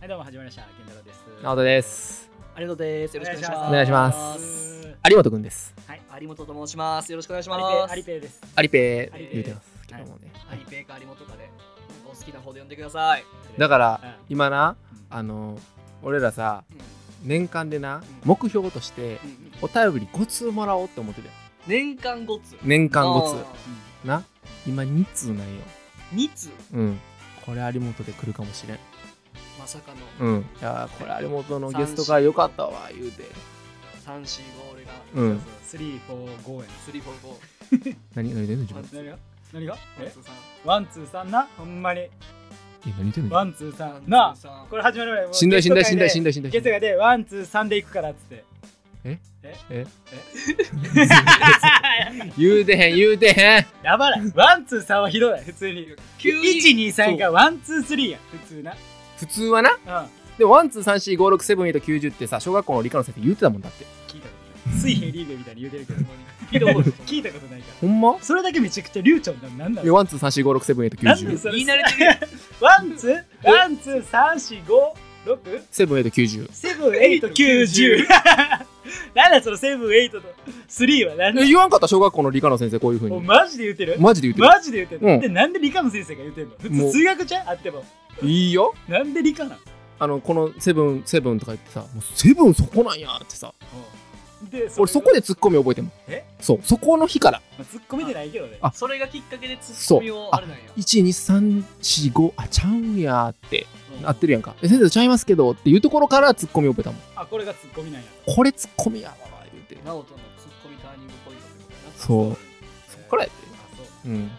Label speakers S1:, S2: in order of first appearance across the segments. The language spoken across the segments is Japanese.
S1: はい、どうも始まりました。健太郎です。
S2: 直人です。
S3: 有本です。よろしくお
S2: お願
S3: 願
S2: い
S3: い
S2: し
S3: し
S2: ま
S3: ますす。
S2: 有本くんです。
S3: 有本と申します。よろしくお願いし
S1: ア
S3: ま
S1: リペ、
S3: す。
S1: アリペです。ア
S2: アリペ
S1: リ
S2: ー
S1: ペ、
S2: 言うてますけどもね。
S3: アリペイか有本かで、お好きな方で呼んでください。
S2: だから
S1: う
S2: ら
S1: ん
S2: 今な
S1: うん
S2: あの俺らさ
S3: うん
S2: 年間でな
S3: うん
S2: 目標として
S3: うんうん
S2: お便り5通もらおうって思ってたよ。
S3: 年間5通。
S2: 年間5
S3: あ
S2: 通な今2通ないよ。
S3: ー2通
S2: うん。これ有本で来るかもしれん。
S3: まさかの
S2: うん。いやーこれ有本のゲストが良かったわ言うて。
S3: 3、4、5、俺が
S2: うん。
S1: スリー、フォー、ゴーエン。
S3: 3、4、5、
S2: 何何言ってんの自
S3: ワ
S2: 分
S3: ン。ツ
S1: 何
S3: ー
S1: が何が
S3: ワン
S1: え
S3: ツーさん
S1: ワン、ツー、さんな。ほんまに。
S2: え何言ってんの
S1: ワン、ツー、さ
S3: ワン
S1: ん
S3: ツ
S1: な
S3: ー。さん
S1: これ始まる前もう
S2: しんどいしんどいしんどいしん
S1: ゲ
S2: どいしんどい。しん
S1: スト
S2: ど
S1: が
S2: い
S1: で、ワン、ツー、さんで行くからっつって。
S2: え
S1: え
S2: え言うてへん言うてへん。
S1: やばない。ワン、ツー、さんはひどい。普通に。
S3: 急に
S1: 1、2、3がワン、ツー、スリーやん。普通な。
S2: 普通はな。
S1: うん。
S2: でも、1、2、3、4、5、6、7、8、90ってさ、小学校の理科の先生言ってたもんだって。
S1: 聞いたことない。水平リーグみたいに言うてるけど、
S3: 聞いたことない
S1: 聞いたことないから。
S2: ほんま
S1: それだけめちゃくちゃ流暢なのなんだ
S2: いや、
S1: ろう
S2: 1、2、3、4、5、6、7、
S1: なん
S2: 8、
S1: で
S2: 90。
S1: それ
S3: 言い慣れてるやん。
S1: ワンツーワンツー三四五六
S2: 7、8、90。
S1: セブンエイト九十なんだそのセブンエイトとスリーはなんだ
S2: え言わんかった小学校の理科の先生こういうふう
S1: お
S2: に。
S1: マジで言ってる
S2: マジで言って
S1: マジで言ってる、
S2: うん
S1: でなんで理科の先生が言ってんの普
S2: も
S1: 通
S2: う
S1: 数学じゃんあっても
S2: る。いいよ。
S1: なんで理科なの
S2: あの、この7、7とか言ってさ、もう7そこなんやってさ。
S1: で
S2: 俺そこでツッコミ覚えてんの。
S1: え
S2: そう、そこの日から。
S1: まあ突っ込みてないけどね
S2: あ
S3: それがきっかけでツッコミをあるなんや。
S2: 1、2、3、4、5、あ、ちゃうんやって、
S1: うん
S2: なってるやんか。え、先生ちゃいますけどっていうところからツッコミ覚えたもん。
S1: あこれが突っ込みなんや
S2: これツッコミやわ、言うて。
S3: ナオトのツッコミターニングポイントみたいな。
S2: そうそこからやって。
S1: あそう
S2: うん。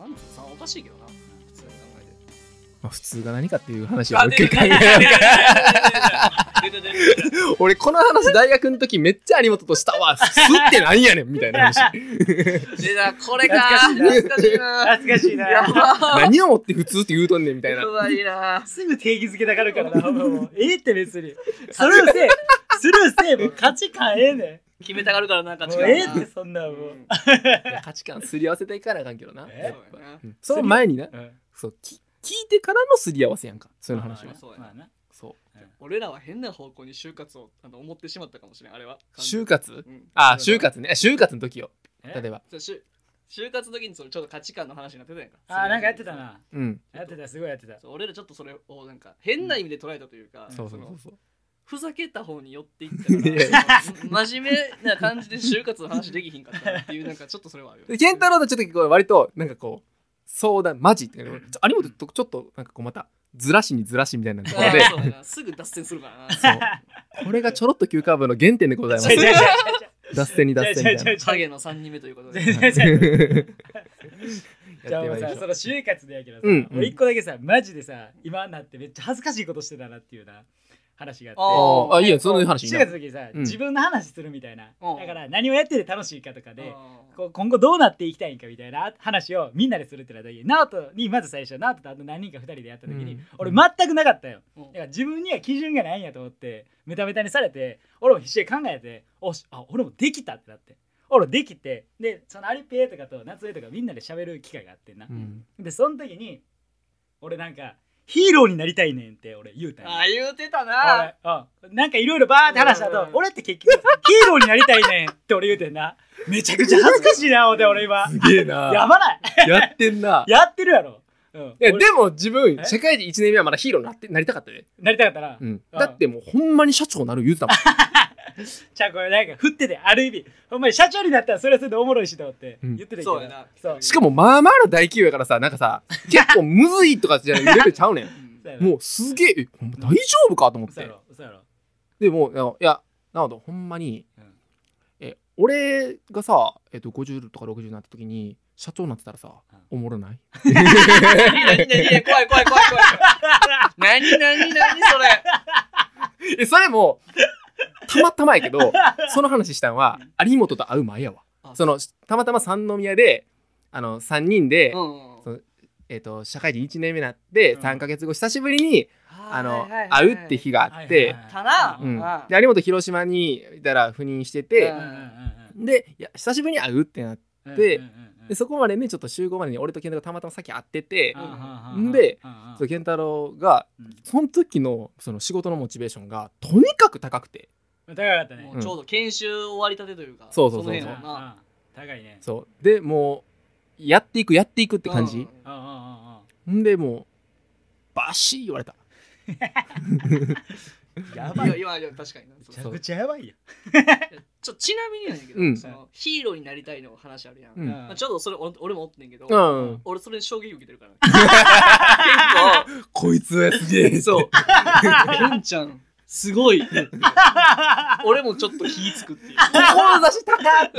S3: ワンツーさんおかしいけどな。普通に考えて。
S2: まあ、普通が何かっていう話は
S3: あ
S2: もう
S3: 出
S2: 一
S3: て
S2: 回
S3: 出
S2: 考
S3: て
S2: えようか。
S3: 出て出て出て出て
S2: 俺この話大学の時めっちゃ有本とした わすってなんやねんみたい な話
S3: 出たこれか
S1: 懐
S3: 懐かしいな
S1: 懐かしいな
S3: やば
S2: 何をもって普通って言うとんねんみたいな
S3: やばいな
S1: すぐ定義づけたがるからな、もう。ええって別に。それをせえ、スルーせえ、もう価値観ええね
S3: 決めたがるからなんか
S1: ん。も
S3: 違
S1: う
S3: う
S1: ええ
S3: な
S1: ってそんなんもう。
S2: 価値観すり合わせていかなあかんけどな
S1: え
S3: そうやな
S2: うんその前 にな
S1: うん
S2: そうき聞いてからのすり合わせやんかそういうの話
S3: ま
S2: は
S3: あそうやな
S1: まあな。
S2: そう
S3: 俺らは変な方向に就活をあの思ってしまったかもしれんあれは
S2: 就活
S3: うん
S2: あ就活ね就活の時よ
S1: え
S2: 例えば
S3: そう就就活の時にそのちょっと価値観の話になってたやんか
S1: あー、なんかやってたな。
S2: うん
S1: やってた、すごいやってた。
S3: そう俺らちょっとそれをなんか変な意味で捉えたというか
S2: そうそう
S3: の
S2: そうそう
S3: ふざけた方に寄っていったから真面目な感じで就活の話できひんかったなっていうなんかちょっとそれはあるよ
S2: で健太郎とちょっとこう割となんかこう相談マジっていうかちょ有本とちょっとなんかこうまたずらしにずらしみたいなところで
S3: あーそうやなすぐ脱線するからな
S2: そうこれがちょろっと急カーブの原点でございます
S1: 違う違う違う
S2: 脱線に脱線みたいな
S1: 違う違う違う
S3: 影の3人目というこ とで。
S1: 違う違う違うじ
S2: や
S1: ゃ
S2: っ
S1: あ
S2: て
S1: もう
S2: ま
S1: さ
S2: いりまし
S1: そ
S2: ょう
S1: の就活でやけどさ、
S2: うん
S1: 俺一個だけさマジでさ今なってめっちゃ恥ずかしいことしてたなっていうな話があって
S3: あーあ
S2: いいよその話い
S1: 就
S2: いな
S1: 活の時さ、
S2: うん
S1: 自分の話するみたいな
S3: うん
S1: だから何をやってて楽しいかとかで、
S3: あー
S1: こう今後どうなっていきたいんかみたいな話をみんなでするってなった時ナオトにまず最初ナオトとあと何人か2人でやった時に、
S2: うん
S1: 俺全くなかったよ
S3: うん
S1: だから自分には基準がないんやと思ってメタメタにされて俺も必死で考えておしあ俺もできたってなって俺できてでそのアリペイとかと夏江とかみんなで喋る機会があってんな、
S2: うん
S1: でその時に俺なんかヒーローになりたいねんって俺言うたんや
S3: あー言うてたな。
S1: 俺うんなんかいろいろバーって話した後
S3: うん
S1: 俺って結局ヒーローになりたいねんって俺言うてんなめちゃくちゃ恥ずかしいな思って俺今
S2: すげえな
S1: やばない
S2: やってんな
S1: やってるやろ、うん、
S2: いや
S1: 俺
S2: でも自分
S1: え
S2: 社会人1年目はまだヒーローになってなりたかったで、
S1: なりたかったら、
S2: うん、
S1: ああ
S2: だってもうほんまに社長なる言うてたも
S1: じゃあこれなんか振っててある意味ほんまに社長になったらそれはそれでおもろいしと思って
S2: うん
S1: 言ってたけど、
S3: そうやな。
S1: そうん
S2: しかもまあまあの大企業やからさなん かさ結構むずいとかじゃないレベルちゃうねん
S3: うん
S1: そうやろ
S2: もうすげええほんま大丈夫かと思っ
S1: そうや
S2: て
S1: ろそうやろ
S2: でもいやいやなるほどほんまに、
S1: うん
S2: え俺がさ、えっと50とか60になった時に社長になってたらさ、
S1: う
S2: おもろない
S3: 何何何怖い怖い怖い怖い。何何何それ。
S2: えそれもたまたまやけどその話したんは有本と会う前やわ
S3: あ
S2: そのたまたま三宮であの3人で、
S3: うんうん
S2: そうえー、と社会人1年目になって
S1: うん
S2: 3か月後久しぶりに、あの、会うって。日があっ
S1: はいはい
S2: て
S1: はい、
S3: たな
S1: う
S2: うんん
S3: あー
S2: で有本広島にいたら赴任してて
S3: う
S1: うんうんうん
S2: でいや久しぶりに会うってなって
S1: うんうんうんうん
S2: でそこまでねちょっと集合までに俺と健太がたまたまさっき会ってて
S1: うんうん
S2: んで
S1: うん
S2: そう健太郎が
S1: うん
S2: その時のその仕事のモチベーションがとにかく高くて
S1: 高かったね
S3: もうちょうど研修終わりたてというか、
S2: そうそうそう
S3: の
S2: そう
S1: うんう
S3: 辺や
S1: ん
S3: もんな
S1: 高いね
S2: そうでもうやっていくやっていくって感じ、
S1: うんうんうんうん
S2: ん、でもうバシー言われた
S1: や
S3: う
S1: ば
S3: ん
S1: い
S3: い
S1: よ
S3: やいやいや確かにな
S1: め
S3: そう
S1: ちゃくちゃやばいよ
S3: ちょちなみになんやけど、
S2: うん
S3: そのヒーローになりたいの話あるやん、
S2: うん
S3: まあ、ちょうどそれ俺俺もおってんけど、
S2: うん
S3: 俺それに衝撃受けてるか ら結
S2: こいつすげえ そう
S3: 構ケンちゃんす ごい俺もちょっと火つくってい う
S2: 志高っ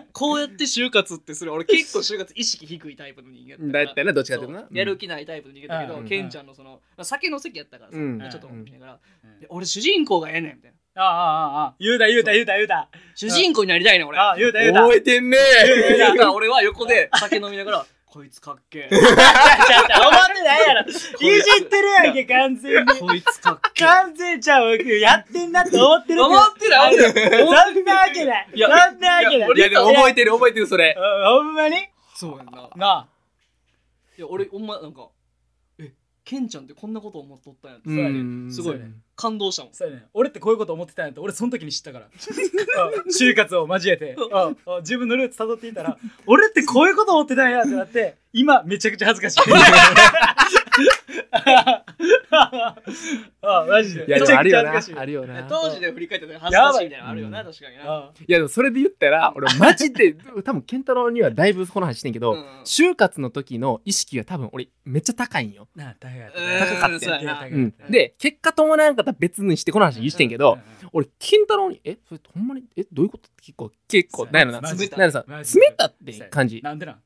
S2: て
S3: こうやって就活ってする俺結構就活意識低いタイプの人間やった
S2: だ
S3: から
S2: ったらどっちかっていうと
S3: そ
S2: な
S3: うやる気ないタイプの人間だけど、
S2: うん
S3: ケンちゃんのその、まあ、酒の席やったからさ、
S2: うん
S3: ちょっと思いながら、
S1: うん
S3: で俺主人公がええねんみたいな
S1: あああああ言うた言うた言うた言うた
S3: 主人公になりたいねん俺
S1: ああ言うた言うた
S2: 覚えてんね
S3: っていうか俺は横で酒飲みなが ら「こいつかっけえ
S1: ちゃうちゃう思ってないやろいじってるやんけ完全に
S3: こいつかっけえ
S1: 完全ちゃうやってんなって思って」る
S3: 思ってない思ってない
S1: そんなわけない
S3: いや
S1: そんなわけない
S3: い
S2: いやでも覚えてる覚えてるそれ
S1: うんほんまに
S3: そうやんな
S1: ない
S3: や俺ほんまなんか「えケンちゃんってこんなこと思っとったんや」って
S1: うやね
S2: ん
S3: すごい
S1: ね
S3: 感動したもん
S1: そうやね俺ってこういうこと思ってたんやって俺その時に知ったからうん就活を交えてうんうん自分のルーツ辿っていったら俺ってこういうこと思ってたんやってなって今めちゃくちゃ恥ずかしいあマジで
S2: いや
S1: め
S2: で
S1: ち
S2: も
S1: ゃ
S2: あ
S1: く
S2: る
S1: ちゃ
S2: よ
S1: 恥ずかしい
S2: なあるよな
S3: 当時で振り返ってたら恥ずかしいみたいなのあるよ
S2: や
S3: な
S2: ば
S3: 確かにな、
S1: う
S2: いやでもそれで言ったら俺マジで多分健太郎にはだいぶこの話してんけど、
S3: うん
S2: 就活の時の意識が多分俺めっちゃ高いんよ、
S1: んなあ大学
S3: うん
S2: 高かった
S3: そうやな
S1: 大
S2: う
S1: 学
S2: ん、で結果伴わなかったら別にしてこの話してんけど、俺健太郎に「えそれほんまにえどういうこと?」って結構結構
S1: そう
S2: なんやろな
S1: マ
S3: ジ
S2: 冷
S3: で
S2: たなんやろさ
S1: マジで
S2: 冷たって感じ
S1: なんでなん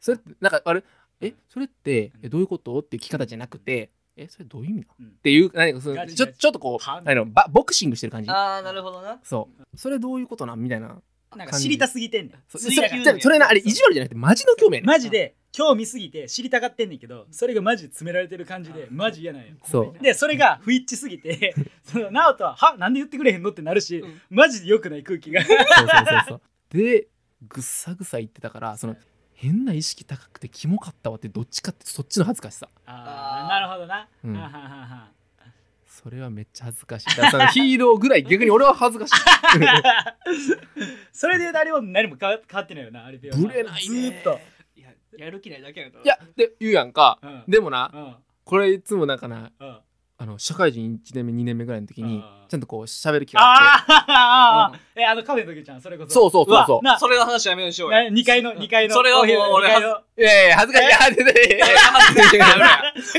S2: それってなんかあれ
S1: う
S2: え
S1: ん
S2: それって
S1: うん
S2: えどういうことっていう聞き方じゃなくてえそれどういう意味な
S1: うん
S2: っていうなんかその
S1: ガチ
S2: ちょ
S1: ガチ
S2: ちょっとこう
S1: は
S2: あのばボクシングしてる感じ
S3: ああなるほどな
S2: そうそれどういうことなんみたいな
S1: なんか知りたすぎてんねん
S2: そうそ
S3: 追
S2: れ
S3: 求
S2: じゃあそれなあれ意地悪じゃなくてマジの興味やねん
S1: マジで興味すぎて知りたがってんねんけどそれがマジ詰められてる感じでマジ嫌なんよ
S2: そう
S1: でそれが不一致すぎ てその直人は「はなんで言ってくれへんの?」ってなるし、
S3: うん
S1: マジで良くない空気 が
S2: そうそうそうそうでぐっさぐさ言ってたからその変な意識高くてキモかったわってどっちかってそっちの恥ずかしさ
S1: あ
S3: あー
S1: ーなるほどな、
S2: うん
S1: はははは
S2: それはめっちゃ恥ずかしいだからそのヒーローぐらい逆に俺は恥ずかしい
S1: それで誰も何も変わ変わってないよなあれでは
S2: ぶれないね
S1: ずーっと、
S3: いややる気ないだけやから
S2: いやで言うやんか
S1: うん、
S2: でもな
S1: うん
S2: これいつもなんかな
S1: うん
S2: あの社会人1年目2年目ぐらいの時に
S1: あー
S2: ちゃんとこう喋る気があって
S1: あーあーあー、えあのカフェの時ちゃんそれこそ
S2: そうそうそうそう
S1: わな
S3: それの話やめましょうよ
S1: な2階の2階の
S3: それはもう俺
S1: お昼の
S2: いやいや恥ずかしい恥ずかしいいやいや
S3: いややめろや
S1: 二階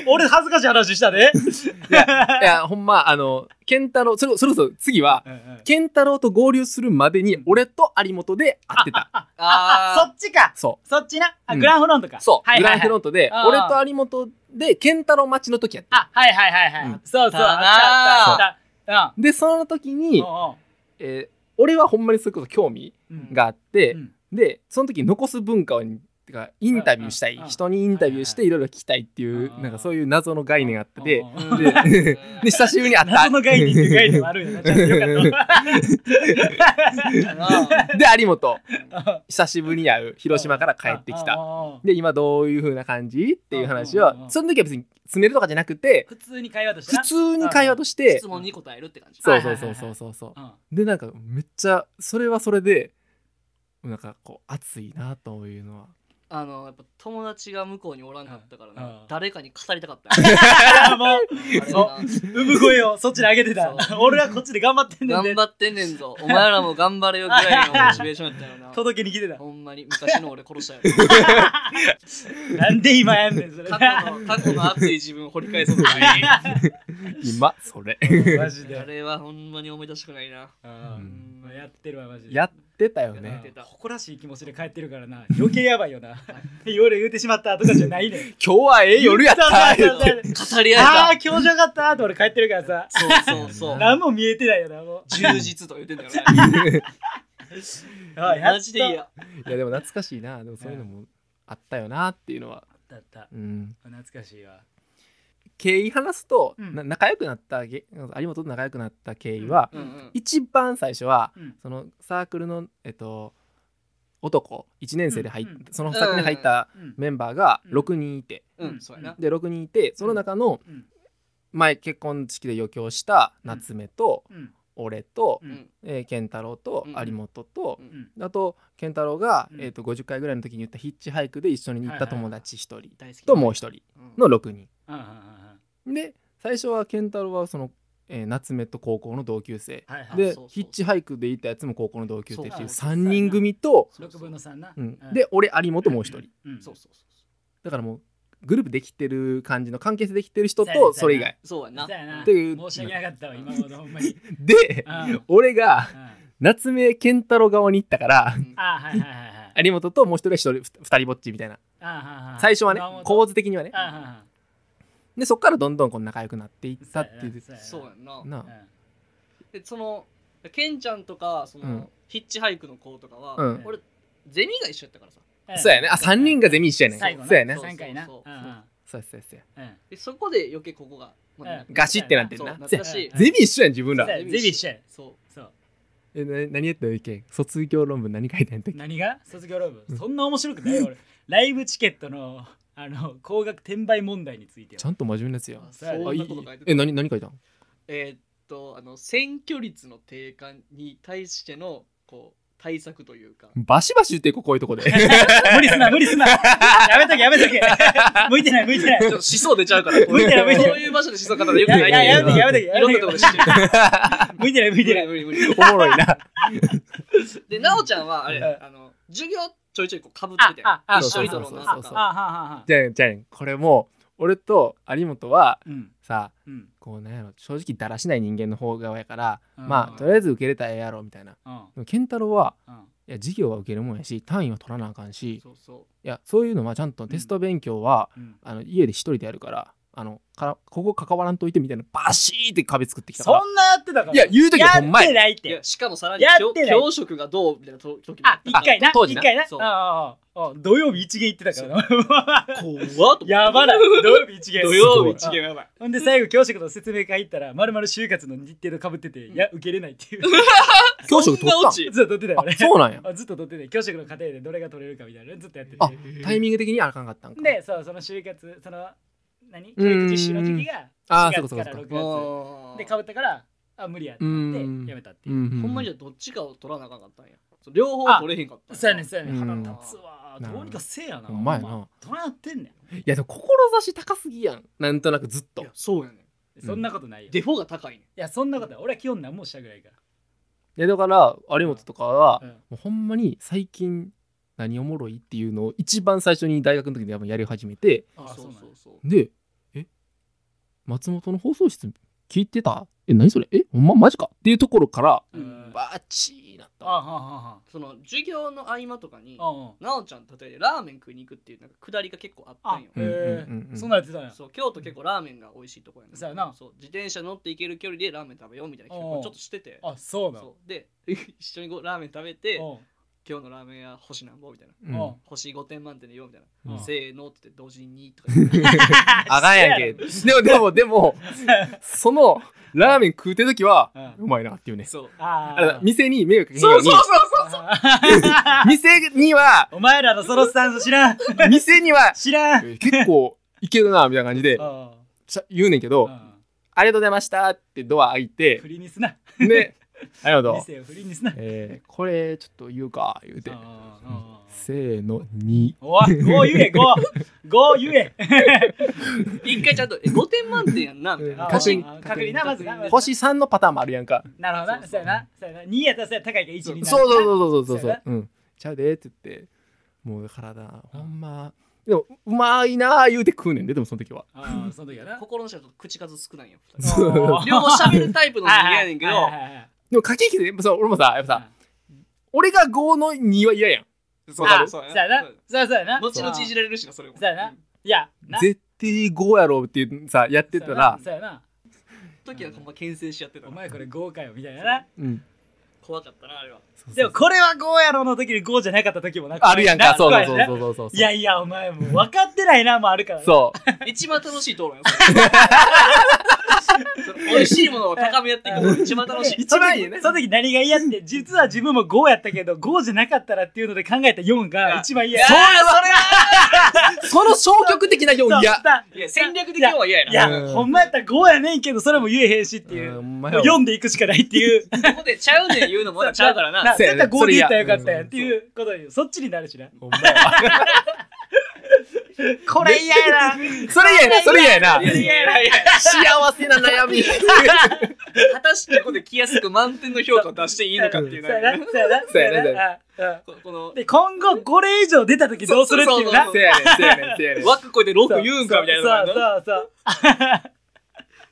S1: の 俺恥ずかしい話したで、
S2: いやほんまあの健太郎それそれこそ次 は
S1: うんうん
S2: 健太郎と合流するまでに俺と有本で会ってた
S1: あそ
S3: あ
S1: っちか
S2: そ
S1: そっちなあ
S2: うん
S1: グランフロントか、
S2: うそう、
S1: はいはいはい、
S2: グランフロントで
S1: あー
S2: 俺と有本で健太郎待ちの時やった
S1: あ、はいはいはいはい。
S2: うん
S1: そうそう。
S3: だなあ
S1: あったあったあった
S2: でその時
S1: う
S2: に
S1: ん。、おうおう
S2: えー俺はほんまにそれこそ興味
S1: うん
S2: があって、
S1: うん
S2: でその時残す文化をてかインタビューしたい
S1: うんうん
S2: 人にインタビューしていろいろ聞きたいっていう
S1: うん
S2: なんかそういう謎の概念があって
S1: お
S2: で
S1: うおうおう
S3: ー
S2: で
S3: うん
S2: で久しぶりに会っ た
S1: 謎の概念っていう概念もあるんやな。ちゃんとよか
S3: やな
S2: で有本
S1: った。
S2: 久しぶりに会う広島から 帰ってきた
S1: た
S2: で今どういう風な感じっていう話
S1: うんうんう
S2: を
S1: ん
S2: その時は別に詰めるとかじゃなくて
S1: 普通に会話として
S2: 普
S1: な。
S2: 通に会話として
S3: 質問に答えるって感じ
S2: そう
S1: はい
S2: そ
S1: は
S2: う
S1: い
S2: そうそうそうそう
S1: うん。
S2: でなんかめっちゃそれはそれでなんかこう熱いなというのは
S3: あのやっぱ友達が向こうにおらんかったから
S1: うんう
S3: なん誰かに語りたかったよ
S1: あーもう、
S3: あれはな
S1: 産声をそっちに上げてた
S3: そ。
S1: 俺はこっちで頑張ってんねん
S3: 頑
S1: で。
S3: 張ってんねんぞお前らも頑張れよぐらいのモチベーションやったよな
S1: 届けに来てた。
S3: ほんまに昔の俺殺したよ
S1: なんで今やんねん、それ。
S3: 過去の過去の熱い自分を掘り返そう とか
S2: 今それ
S1: マジで。
S3: あれはほんまに思い出したくないな
S1: う
S3: うんん
S1: やってるわ、マジで。
S2: やってたよ
S1: うん
S2: ね
S3: てた
S1: 誇らしい気持ちで帰ってるからな。余計やばいよな。 夜言うてしまったとかじゃないねん。
S2: 今日はええ夜やった
S1: そうそうそうそう
S3: 語り
S1: あ
S3: 合
S1: あ
S3: え
S1: ー、今日じゃよかったーって俺帰ってるからさ。
S3: たそうそうそう
S1: 何も見えてないよな、も
S3: 充実と言っ てんだよね
S1: う。あーやっと
S3: マジでいい。や
S2: いやでも懐かしいなでもそういうのもあったよなっていうのは、
S1: だった。
S2: うん、
S1: 懐かしいわ。
S2: 経緯話すと、
S1: うん
S2: な仲良くなったげ有本と仲良くなった経緯は、
S3: うんうん
S2: 一番最初は
S1: うん。
S2: そのサークルのえっと男1年生で入っ、
S1: うんうん
S2: その先に入った
S1: うん
S2: メンバーが
S1: うん
S2: 6人いて、
S3: うん、そうやな。
S2: で6人いてその中の
S1: うん
S2: 前結婚式で余興した夏目と
S1: うん
S2: 俺と、
S1: う
S3: うんん。
S2: えー健太郎と
S3: うん
S2: 有本と
S3: う、ん
S2: あと健太郎が、
S1: うん
S2: えー、と50回ぐらいの時に言ったヒッチハイクで一緒に行った友達1人、
S3: 大好き。
S2: ともう1人
S3: うん、
S2: の6人。
S1: うんうんうん
S2: で最初は健太郎はその、えー夏目と高校の同級生、
S1: はいはい
S2: で
S3: あそうそう
S2: ヒッチハイクで行ったやつも高校の同級生って
S1: そ
S2: いうう3人組と、
S3: そう
S1: 6分の3な、
S2: うんで俺有本もう1人。
S1: うん
S3: そうそうそう
S2: だからもうグループできてる感じの関係性できてる人
S1: そうやね
S2: とそれ以外。
S3: そうやな。
S1: そうやな
S2: っていう
S1: 申し訳なかったわ今ほどほんまに、うん
S2: で
S1: うん
S2: 俺が
S1: あ
S2: 夏目健太郎側に行ったから
S3: うん
S1: ーはいはいはいはい
S2: 有本ともう一人が一人ふ二人ぼっちみたいな
S1: あー
S2: 最初はね
S1: 熊本
S2: 構図的にはね
S1: あーはいは
S2: でそっからどんどんこう仲良くなっていったっていう
S1: そうや
S3: そうやな。
S2: な
S1: いう
S3: で、その、ケンちゃんとか、その、
S2: うん
S3: ヒッチハイクの子とかは、
S2: うん
S3: 俺、ゼミが一緒やったからさ。
S1: ん
S2: そうやねあ三人がゼミ一緒やねん
S1: 最後
S2: そうやね
S1: な三回な
S3: そう
S1: う
S3: そうん
S1: うん
S2: そうやそうやそうや
S1: うん
S3: で、そこで余計ここが、まあ
S1: うん
S2: ガシってなってん
S3: そう
S2: な
S3: 懐かしい
S1: そ。う
S2: ゼミ一緒やん自分
S1: そ
S2: ら
S1: うやゼミ一緒や
S3: そう。
S1: そう
S2: えな何やったらいいっけ卒業論文何書いたんやったっけ
S1: 何が卒業論
S2: う
S1: 文
S2: ん
S1: そんな面白くないよ俺ライブチケットのあの高額転売問題について
S2: ちゃ
S1: は
S2: んと真面目なやつや
S3: あ
S2: ん
S3: そう
S1: あ
S2: あい
S3: い
S2: いう
S3: こと書いてた
S2: え何何書いたん
S3: えーっとあの選挙率の低下に対してのこう対策というか
S2: バシバシ言っていこうこういうとこで
S1: 無理すな無理すなやめとけやめとけ向いてない向いてない
S3: ちょっと思想出ちゃうからこう
S1: 向いてない向いてない
S3: そういう場所で思想語ったらよく
S1: や
S3: ない
S1: いややめとけやめとけ
S3: いろんなところで知ってる
S1: 向いてない向いてない
S3: 無理無理無理
S2: おもろいな
S3: で奈緒ちゃんはあれ
S1: うん
S3: あの授業ちょいちょいこうかぶっ
S1: あ
S3: てて
S1: ああ
S3: 一緒に
S1: あ
S3: 撮ろうな
S2: そうそう
S1: あ
S2: そうそ
S3: と
S2: う
S3: か
S1: ははは
S2: じゃあじゃあこれもう俺と有本は
S1: うん
S2: さ
S1: うん
S2: こうなんやろ正直だらしない人間の方側やから、
S1: うん
S2: まあとりあえず受けれたらええやろみたいな
S1: うん
S2: でも健太郎は
S1: うん
S2: いや授業は受けるもんやし単位は取らなあかんし
S3: そうそ
S2: いやそういうのはちゃんとテスト勉強は、
S1: うん
S2: あの家で一人でやるからあのからここ関わらんといてみたいなバシーって壁作ってきた
S1: そ
S2: から
S1: んなやってたから
S2: いや言う時はほんま
S1: やって
S2: や
S1: ないっ
S3: ういや
S1: て
S3: しかもさらに
S1: やっ
S3: 教
S1: てない
S3: 教職がどうみたいなと時も
S1: あ一回な
S2: 当
S1: 一
S2: 時な
S1: 回な
S3: そう
S1: ああああ土曜日一芸行ってたからな
S3: 怖っと思って
S1: やばない土曜日一芸
S3: 土曜日
S1: す
S3: 一
S1: ごい
S3: 限やばい
S1: ほんで最後教職の説明会行ったらまるまる就活の日程とかぶってていや受けれないっていう
S2: 教職取
S3: そんな
S2: っ
S3: 落ち
S1: ずっと取ってた
S2: た
S1: よ
S2: んあ
S1: ね
S2: そうなんや
S1: ずっと取ってて教職の過程でどれが取れるかみたいなのずっとやってて
S2: あタイミング的にあかんかったんか
S1: でそうその就活その何
S2: う
S1: 教
S2: ん
S1: 育実習の時期が
S2: あ
S1: 4
S2: あそう
S1: 月
S2: かそう
S1: か
S2: からそうか
S1: 6月でか
S3: ぶ
S1: ぶったからあ無理やってなって
S2: うん
S1: やめたって
S2: う
S1: い
S2: ん
S1: う
S2: うう
S3: ほんまにじゃあどっちかを取らなあかんかったんやそう両方取れへんかったんや
S1: そうやねんそうやねん
S2: う
S1: 腹
S2: ん
S1: 立つわ
S2: なるほど
S1: どうにかせえやな
S2: ほんまやな
S1: ほどうなってんね
S2: いやでも志高すぎやんなんとなくずっ
S3: い
S2: と
S3: やそうやねん
S1: んそんなことないよい
S3: デフォが高いね
S1: やそんなことない俺は基本何もしたぐらいか
S2: いやだから有本とかは、
S1: らうん
S2: もうほんまに最近何おもろいっていうのを一番最初に大学の時に多分やり始めて
S3: ん
S1: あ
S3: そうそ
S1: そう
S3: うそう
S2: で「え松本の放送室聞いてたえ何それえほんまマジか?」っていうところから
S1: うん
S2: バチーなっ
S1: あ
S2: た
S1: は
S2: わ
S1: あは
S3: その授業の合間とかに
S1: あは
S3: なおちゃん例えばラーメン食いに行くっていうなんか下りが結構あったんよ
S1: あへえ
S2: うんうんうん
S1: そんなんやってたんや
S3: そう京都結構ラーメンが美味しいとこやねん
S1: そうやな
S3: そう自転車乗って行ける距離でラーメン食べようみたいな企画をちょっとしてて
S1: あそうなの
S3: そうで 一緒にごラーメン食べて
S1: うん
S3: 今日のラーメン屋星なんぼみたいな
S2: うん
S1: うん
S3: 星5点満点でよみたい
S2: うん
S3: な
S1: せ
S3: せーのって言って同時に2とか言って
S2: あかんやんけでもでもでも そのラーメン食うてる時は
S1: うん
S2: うまいなっていうね
S3: そう
S1: あ
S2: あれだ
S1: ー
S2: 店に迷惑かけへんよ
S3: そうう
S2: に
S3: そうそう
S2: 店には
S1: お前らのそのスタンス知らん
S2: 店には
S1: 知らん
S2: え結構いけるなみたいな感じで
S1: うん
S2: しゃ言うねんけ
S1: う
S2: ど
S1: ん
S2: 「ありがとうございました」ってドア開 いて
S1: 振りにすな
S2: で「ありがとう」
S1: 店を振りにすな
S2: えーこれちょっと言うか言うて
S1: うんうんうん
S2: せーの2
S1: おい、5言え、5! 5言え
S3: 一回ちゃんとえ5点満点やんなみたいな
S2: うん確認
S1: あー確認な、まずな。まず
S2: 星3のパターンもあるやん か
S1: なるほどな。そうやな。そうやな。2やったらそうや高いから1
S2: そう
S1: になる。
S2: そうそうそうそう
S1: そう
S2: そ
S1: や
S2: ううんちゃうでって言ってもう体ほんまでもうまいなあ言うて食うねんででもその時は
S1: ああ、その時やな。
S3: 心の人はちょっと口数少ないよ二人
S2: そう
S1: おー
S3: 両方喋るタイプの人間やねんけど
S1: はいはいはいはい
S2: でも駆け引きでやっぱさ俺もさやっぱさ俺が5の2は嫌やん
S3: そ
S1: あ
S3: そ
S1: そ
S3: う
S1: うやな。そうやそうやな。
S3: 後々いじ
S1: る。
S3: られるしなそれも
S1: そうやな。いや、な
S2: 絶対5やろうっていうさやってたら
S1: そうやな。
S3: 時はほんま牽制しやってた
S1: お前これ5かよ、みたいなな。
S2: うん
S3: 怖かったなあれは
S2: そうそう
S1: でもこれは5やろの時に5じゃなかった時もな。
S2: あるやんか
S1: な
S2: そう
S1: 怖い
S2: そう
S1: な
S2: そうそうそうそう
S1: いやいや、お 前もう分かってないな、もうあるからな。
S2: そう
S3: 一番楽しい討論や美味しいものを高め合っていくのが一番楽しい。
S1: その時その時何が嫌って実は自分も5やったけど5じゃなかったらっていうので考えた4が一番嫌
S3: それは
S2: その消極的な要因
S1: そう
S2: いや
S1: だ
S3: いや戦略的には嫌や
S1: い
S3: な。
S1: や、ほんまやったら5やねんけどそれも言えへんしっていう、
S2: ん
S1: も
S2: ま
S1: う
S2: やわ
S1: 読んでいくしかないっていう
S3: ここでちゃうねん言うのもまだちゃうからな。
S1: 絶対5で言ったらよかったやん
S2: う
S1: っ
S2: ん
S1: ていうことにそっちになるしな
S2: ほんまやわ
S1: これ嫌や な
S2: それ嫌やなそれ嫌やない
S3: やいやいやいや
S2: 幸せな悩み
S3: 果たしてここで気安く満点の評価を出していいのかっていう
S1: そうや
S3: な
S1: なそうやな
S2: そうやな
S1: そうやな
S3: ここの
S1: で今後5例以上出た時どうするっていうな
S3: そう
S2: せやねんせやねんせやねん
S3: 枠超えて6言うんかみたいなの
S1: そう
S3: がな
S1: そうそ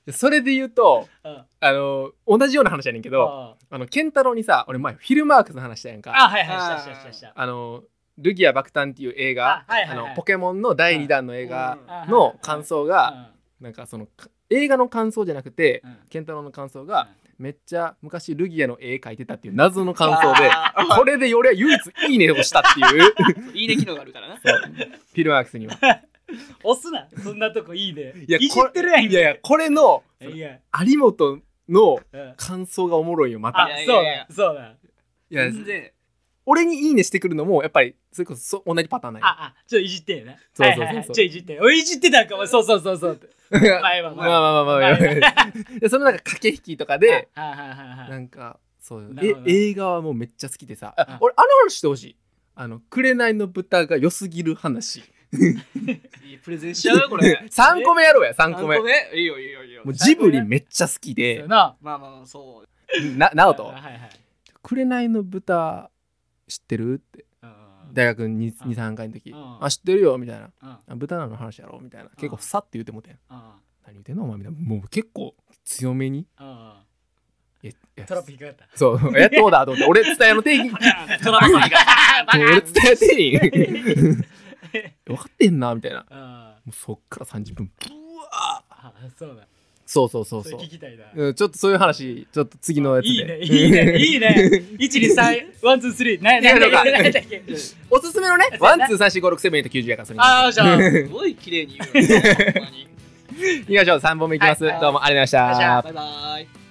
S1: う
S2: それで言うと
S1: そううん
S2: あの同じような話やねんけど
S1: あ
S2: あの健太郎にさ俺前フィルマークスの話したやんか
S1: あはいはいしたしたしたした
S2: あのルギア爆誕っていう映
S1: あ
S2: 画
S1: はいはいはい
S2: あのポケモンの第2弾の映画
S1: うん
S2: の感想が
S1: うん
S2: なんかそのか映画の感想じゃなくて
S1: うん
S2: 健太郎の感想がめっちゃ昔ルギアの絵描いてたっていう謎の感想で
S3: あ
S2: これで俺は唯一いいねをしたっ ていう
S3: ーいいね機能があるからな。
S2: そうフィルマークスには
S1: 押すなそんなとこいいね
S2: いや
S1: いじってるやん
S2: いやいやこれのそ
S1: いや
S2: の有本の
S1: うん
S2: 感想がおもろいよま
S1: あ
S2: た
S3: いやい
S1: そう
S3: やいや
S1: だそうだ
S2: いや
S3: 全然。
S2: 俺にいいねしてくるのもやっぱりそれこそそ同じパターンなんや
S1: ああちょいじってんよな
S2: そうそうそうそう
S1: はいはいはいちょいじってんおいいじってたんかお前そうそうそうそうって前は
S2: まあまあまあまあでそのなんか駆け引きとかで
S1: はいはいはいは
S2: ないんかそうよ
S1: なる
S2: え
S1: ほど
S2: 映画はもうめっちゃ好きでさ
S1: うん
S2: あ俺あの話してほしいあの「紅の豚」が良すぎる話
S3: いいプレゼンしちゃうよこれ。
S2: 3個目やろうや3
S3: 3
S2: 個
S3: 個
S2: 目
S3: 目
S2: も
S3: いいよいいよいいよ。
S2: うジブリめっちゃ好き
S1: そうや
S2: で
S1: な
S3: まあまあまあそう。
S2: な直
S1: は
S2: 人
S1: いはいはい
S2: 「紅の豚知ってる?」って
S1: うん
S2: 大学に
S1: うん
S2: 23回の時
S1: う
S2: 「
S1: ん
S2: あ知ってるよ」みたいな
S1: うん
S2: 「あ豚なの話やろ」みたいな結構さって言ってもうてん
S1: うん
S2: 何言ってんのお前みたいなもう結構強めに
S1: うん
S2: いやいや
S1: トラップ引っかかっ
S2: そうやっとうだと思って俺伝えの定義
S3: トランプさんが。
S2: もう俺伝えてに分かってんなみたいな
S1: たうん
S2: もうそっから30分
S1: あそうだ
S2: そうそうそう
S1: そ
S2: そ
S1: れ
S2: う
S1: 聞きたいな
S2: うんちょっとそういう話ちょっと次のやつで
S1: いいねいいねいいね一二三ワンツースリー何何何何何何
S2: おすすめのねワンツー三四五六セブンエイト九十やからそれ
S3: ああじゃあすごい綺麗に言うよ。ほんまに
S2: いきましょう三本目いきます、
S1: はい
S2: どうもありがとうございました
S3: バイバイ。